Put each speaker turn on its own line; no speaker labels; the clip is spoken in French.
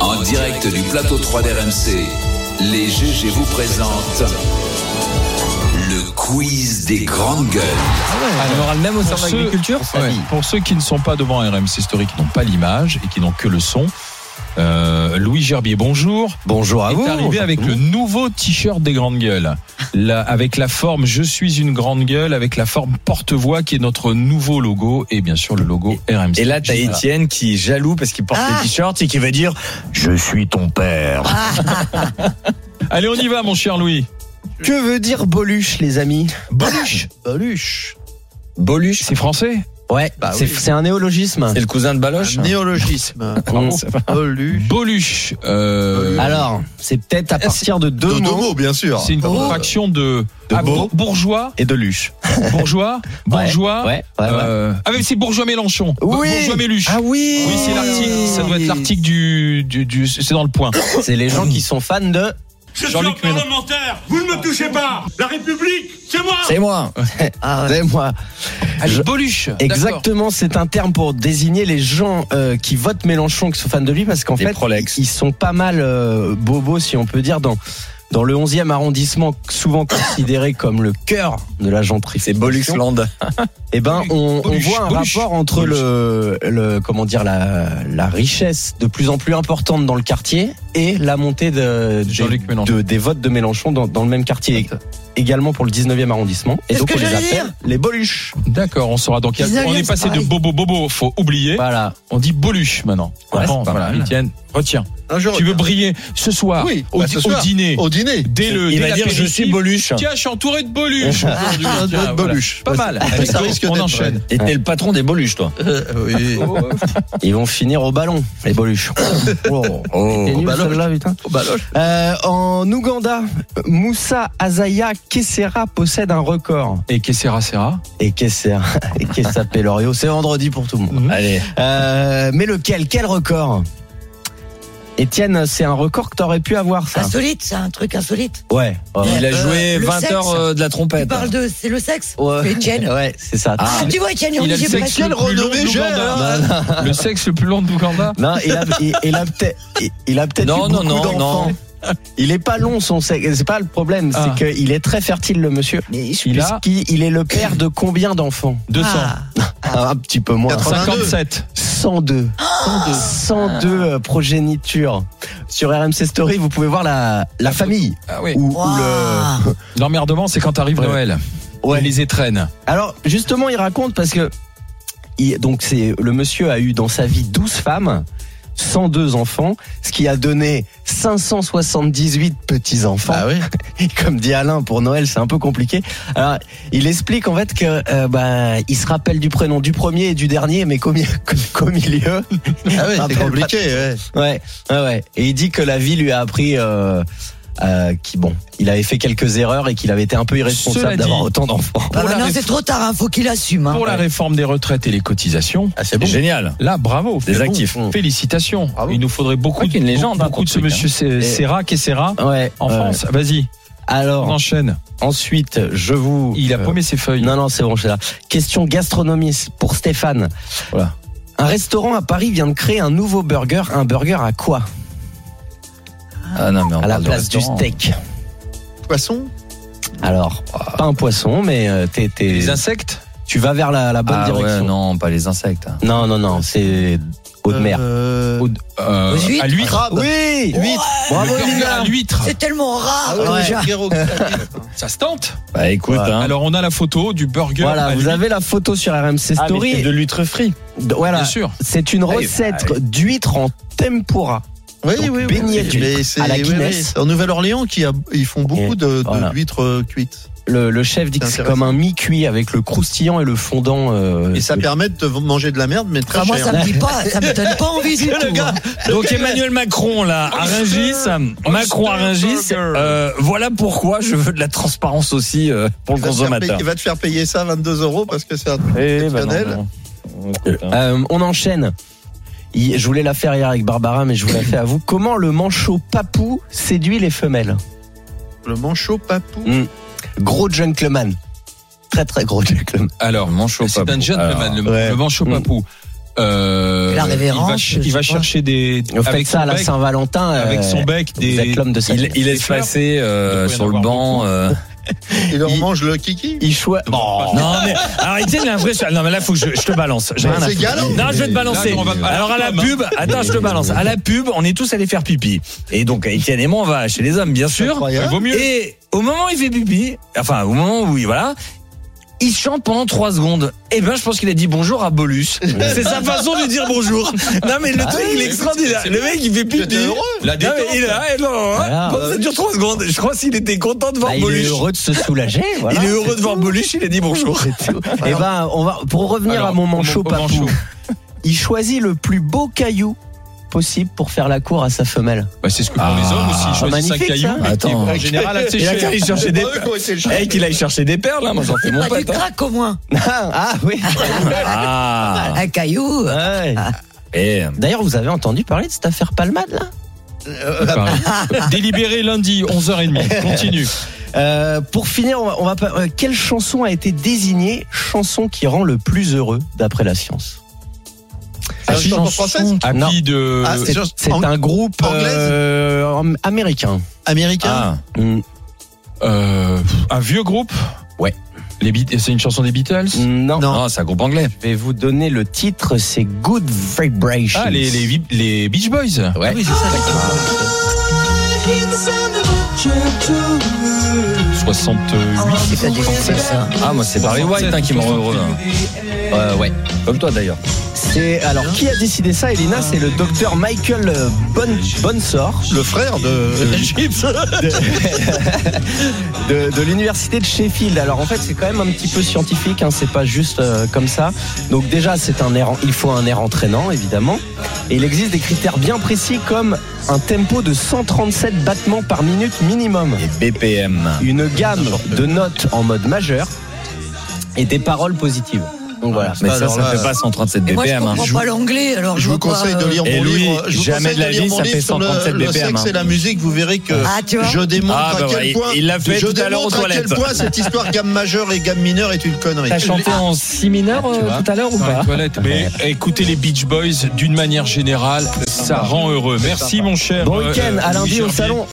En direct du plateau 3 d'RMC, les GG vous présentent le quiz des grandes gueules.
on aura Ah, le même au
Pour
service
ceux-
d'agriculture
Ouais. Pour ceux qui ne sont pas devant RMC Story, qui n'ont pas l'image et qui n'ont que le son, euh, Louis Gerbier, bonjour.
Bonjour
est arrivé avec le nouveau t-shirt des grandes gueules, La- avec la forme Je suis une grande gueule, avec la forme porte-voix qui est notre nouveau logo et bien sûr le logo RMC.
Et là, t'as Étienne qui est jaloux parce qu'il porte
Ah.
le t-shirt et qui va dire Je suis ton père.
Ah. Allez, on y va, mon cher Louis.
Que veut dire boluche, les amis
Boluche,
Boluche.
Boluche.
c'est français
Ouais, c'est Bah c'est un néologisme.
C'est le cousin de Baloche
néologisme.
Ah bon, c'est pas-
Boluche.
Boluche, euh,
Alors, Eh, c'est peut-être à partir de deux
Deux
mots.
mots, bien sûr.
c'est une
Euh,
contraction de,
de
ah,
beau.
bour- bourgeois,
Et de Luche.
bourgeois,
Ouais,
bourgeois.
Ouais, ouais, ouais.
euh, ah mais c'est bourgeois Mélenchon,
Oui. Ah
bourgeois Méluche.
oui
Oui, c'est l'article. Ça doit être l'article du, du, du- c'est dans le point.
C'est les gens qui sont fans de.
Je suis un
Jean-Luc Mélenchon.
parlementaire Vous ne me touchez pas La République, c'est moi
C'est moi Ah, C'est moi
Allez, Boluche. d'accord.
Exactement, c'est un terme pour désigner les gens euh, qui votent Mélenchon, qui sont fans de lui, parce qu'en
Les
fait,
prolex.
ils sont pas mal euh, bobos, si on peut dire, dans, dans le 11e arrondissement, souvent considéré comme le cœur de la
C'est
gentrification.
Bolux Land.
Eh ben, on, on
Boluche,
voit un
Boluche,
rapport entre le, le comment dire la, la richesse de plus en plus importante dans le quartier et la montée de, des,
Jean-Luc Mélenchon.
de- des votes de Mélenchon dans, dans le même quartier également pour le 19e arrondissement. Et donc on les appelle les boluches.
D'accord, on saura donc. On est passé de bobo bobo, faut oublier.
Voilà.
On dit Boluche maintenant.
Ouais,
Bon,
c'est pas
voilà,
mal.
Étienne, retiens.
Un jour,
Tu veux briller ce soir
Oui,
au,
bah, ce
au
soir.
dîner.
au dîner.
Dès le
Il
dès
va dire Je
l'apéritif.
suis Boluche.
Tiens, je suis entouré de Boluche. aujourd'hui.
Un
Tiens,
autre
voilà.
Boluche.
Pas mal.
Ça
D'accord,
risque
On
d'être
enchaîne.
Et t'es le patron des Boluches, toi.
Euh, Oui.
Ils vont finir au ballon les boluches. oh,
Oh.
t'es nul,
ballon.
celle-là, putain.
Oh, bah, lol.
Euh, en Ouganda, Moussa Azaya Kessera possède un record.
Et Kessera Serra.
Et Kessera, et Kessa Pelorio, c'est vendredi pour tout le monde.
Allez.
Euh, mais lequel Quel record Étienne, c'est un record que t'aurais pu avoir, ça.
Insolite, Ah, c'est un truc insolite.
Ouais. ouais.
Il a joué
Euh, le
20
sexe.
heures euh, de la
Tu
trompette.
parles de. C'est le sexe
Ouais.
C'est Etienne.
Ouais, c'est ça.
Ah, tu vois, Etienne, on
Il a
dit
le
j'ai pas
sexe
su.
le plus long
renommé
d'Ouganda. Le sexe le plus long d'Ouganda.
Non, il a, il, il a peut-être, il, il a peut-être eu
Non, non,
beaucoup
non,
d'enfants.
non.
Il est pas long, son sexe. C'est pas le problème,
Ah.
c'est qu'il est très fertile, le monsieur.
Il a
Puisqu'il il est le père de combien d'enfants
200.
Ah, Un petit peu moins.
57.
102. 102. 102 progénitures. euh, Sur RMC Story, vous pouvez voir la, la famille.
Ah oui.
Ou, ou le,
Ouah.
L'emmerdement, c'est quand t'arrives
Ouais.
Noël.
Ouais.
Il les étrennes.
Alors justement, il raconte parce que il- donc c'est le monsieur a eu dans sa vie 12 femmes, 102 enfants, ce qui a donné 578 petits enfants.
Ah oui.
Et comme dit Alain pour Noël, c'est un peu compliqué. Alors, il explique en fait que euh, bah il se rappelle du prénom du premier et du dernier, mais qu'au mi- qu'au milieu.
Ah oui,
Rappelle
c'est
pas-
compliqué. ouais.
Ouais, ouais, ouais. Et il dit que la vie lui a appris. Euh, euh, qui bon, il avait fait quelques erreurs et qu'il avait été un peu
Cela
irresponsable
dit-
d'avoir autant d'enfants.
Bah
Pour la
maintenant,
réf-
c'est trop tard, hein, faut qu'il assume. hein.
Pour la réforme des retraites et les cotisations,
Ah, c'est Génial.
là, bravo.
Des
c'est bon.
actifs.
Félicitations.
Bravo.
Il nous faudrait beaucoup
Ouais,
de,
qu'il y a une légende, hein,
beaucoup de ce
pour ce
monsieur Serra, Serra, Kessera,
Ouais,
en
Ah. ouais.
France. Vas-y, on
Alors,
enchaîne.
Ensuite, je vous.
Il a
Euh,
paumé ses feuilles.
Non, non, c'est bon, c'est là. Question gastronomie c'est pour Stéphane.
Voilà.
Un restaurant à Paris vient de créer un nouveau burger. Un burger à quoi
Ah non, mais
À
on
la
parle de
place du
restaurant.
steak.
Poisson.
Alors, pas un poisson, mais euh, t'es- t'es-
Les insectes
tu vas vers la, la bonne
Ah ouais,
direction.
non, pas les insectes. hein.
non, non, non, c'est eau de mer.
Euh,
Au- euh,
Aux huîtres
à l'huître.
ah bah.
Crabe.
Oui,
Huit.
bravo
Le
les
burger à
gars.
l'huître.
C'est tellement rare.
Ah ouais,
déjà.
frérot.
Ça se tente.
Bah écoute, hein.
Alors, on a la photo du burger. Bah, à
Voilà, vous
l'huître,
avez la photo sur RMC
Ah, mais
Story.
c'est de l'huître frite.
D- Voilà,
Bien sûr.
c'est une
Ah, il-
recette d'huître en tempura.
Oui,
Donc,
oui, oui.
beignet
oui.
d'huître
Mais c'est-
à la
oui,
Guinness.
oui, c'est En Nouvelle-Orléans, qui a- ils font beaucoup de, de
voilà.
d'huîtres euh, cuites.
Le, le chef dit que
C'est
c'est comme un mi-cuit avec le croustillant et le fondant. euh,
Et ça permet de manger de la merde, mais très
Enfin, moi,
cher.
ça me dit pas, ça me donne pas envie du tout. hein.
Donc Emmanuel Macron là, à Rungis, Macron à Rungis, euh, voilà pourquoi je veux de la transparence aussi euh, pour le
Il va te faire payer-
consommateur.
Il va te faire payer ça 22 euros parce que c'est un truc
Eh ben non,
exceptionnel.
non. hein.
Euh, on enchaîne. Il- Je voulais la faire hier avec Barbara, mais je vous la fais à vous. Comment le manchot papou séduit les femelles
Le manchot papou.
Gros gentleman. Très très gros gentleman.
Alors,
Manchot
Ah, c'est
papou.
un gentleman,
Alors,
le,
ouais.
le manchot
Mm.
papou. euh,
La
il va,
révérence,
ch-
je
il va
sais pas.
chercher des
Vous faites
avec
ça
son
à la
bec-
Saint-Valentin.
avec
euh,
son bec
Vous
des
êtes l'homme de sa
Il,
vie.
il
Des
laisse
fleurs
passer euh,
Il peut y en
sur le
avoir
banc. euh,
Il leur
Il-
mange le kiki.
Il choisit.
Non mais alors Étienne il a un vrai Non mais là faut que je, je te balance. J'ai
Mais
rien à
c'est
foutre.
galant.
Non je vais te balancer.
Là, on va pas- hein.
alors à la pub, attends je te balance. À la pub, on est tous allés faire pipi. Et donc Étienne et moi on va chez les hommes bien sûr.
Incroyable.
Vaut mieux.
Et au moment où il fait pipi, enfin au moment où il voilà, il chante pendant 3 secondes. Et ben je pense qu'il a dit bonjour à Bolus. C'est sa façon de dire bonjour. Non mais le truc il est extraordinaire. Le mec il fait pipi.
J'étais heureux.
La
Non,
détente.
mais il est là, et non, hein.
Voilà.
Bon, ça dure 3 secondes. Je crois s'il était content de voir
Bah, il est
Bolus.
heureux de se soulager. voilà.
il est heureux de voir Bolus, il a dit bonjour.
Eh ben, on va pour revenir
Alors,
à mon
au-
manchot
au
papou.
manchot.
Il choisit le plus beau caillou possible pour faire la cour à sa femelle.
Bah, c'est ce que font
Ah,
les hommes aussi. Ils choisissent un
magnifique,
caillou.
ça.
mais qui est
Attends.
en général assez
Il a qu'à
cher.
aller chercher
C'est
des
pas eux qui
perles.
ont été le
Eh,
chercher.
qu'il aille chercher des perles, là, moi j'en fais mon
Pas du
pote. hein.
crack au moins.
ah oui.
Ah
Un caillou. euh,
Ouais.
Eh.
D'ailleurs, vous avez entendu parler de cette affaire Palmade là
Délibéré lundi, 11h30. Continue.
Euh, Pour finir, on va, on va pas- euh, quelle chanson a été désignée chanson qui rend le plus heureux d'après la science Ah,
C'est une chanson française
Non.
Happy de.
Ah,
C'est
c'est juste
c'est
ang-
un groupe
anglaise
euh, américain.
américain.
Ah.
Mm,
Euh, un vieux groupe
Ouais. Mm.
Les Beat- C'est une chanson des Beatles Ah,
Non.
Non.
Non, c'est un groupe anglais.
Je vais vous donner le titre, c'est Good Vibrations.
Ah, les, les, Vi- les Beach Boys
Ouais.
Ah oui, c'est ça, d'accord. 68.
C'est des Français, ça.
Ah, moi c'est Barry White hein, qui me rend heureux. hein. ouais. Comme toi d'ailleurs.
C'est alors qui a décidé ça, Elena C'est le docteur Michael euh, Bon Bonsor
Le frère
Euh,
de Chips.
de, de l'université de Sheffield. Alors en fait, c'est quand même un petit peu scientifique. Hein, c'est pas juste euh, comme ça. Donc déjà, c'est un air. Il faut un air entraînant, évidemment. Et il existe des critères bien précis comme un tempo de 137 battements par minute minimum,
BPM.
une gamme de notes en mode majeur et des paroles positives. Donc voilà.
Mais ça,
Alors
ça
là,
fait pas 137
Mais moi, je
BPM. hein.
comprends pas l'anglais, alors
Je vous
vois pas,
conseille de
euh,
lire
Et
mon
lui,
livre. Je vous
Eh, jamais
conseille
de la
lire
vie,
mon
ça
livre
fait
sur le,
137
le
BPM,
sexe
hein.
et la musique. Vous verrez que
Ah, tu vois.
je démontre
Ah, bah
à quel
ouais,
point
il l'a fait
je
tout à l'heure aux
démontre à quel
toilettes.
point cette histoire gamme majeure et gamme mineure est une connerie.
T'as chanté en si mineur euh,
vois.
tout à l'heure ou
Dans les
pas
toilettes. Mais écoutez les Beach Boys d'une manière générale, ça rend heureux. Merci mon cher.
Bon
euh,
week-end, à
Louis
lundi au
Gerbier.
salon.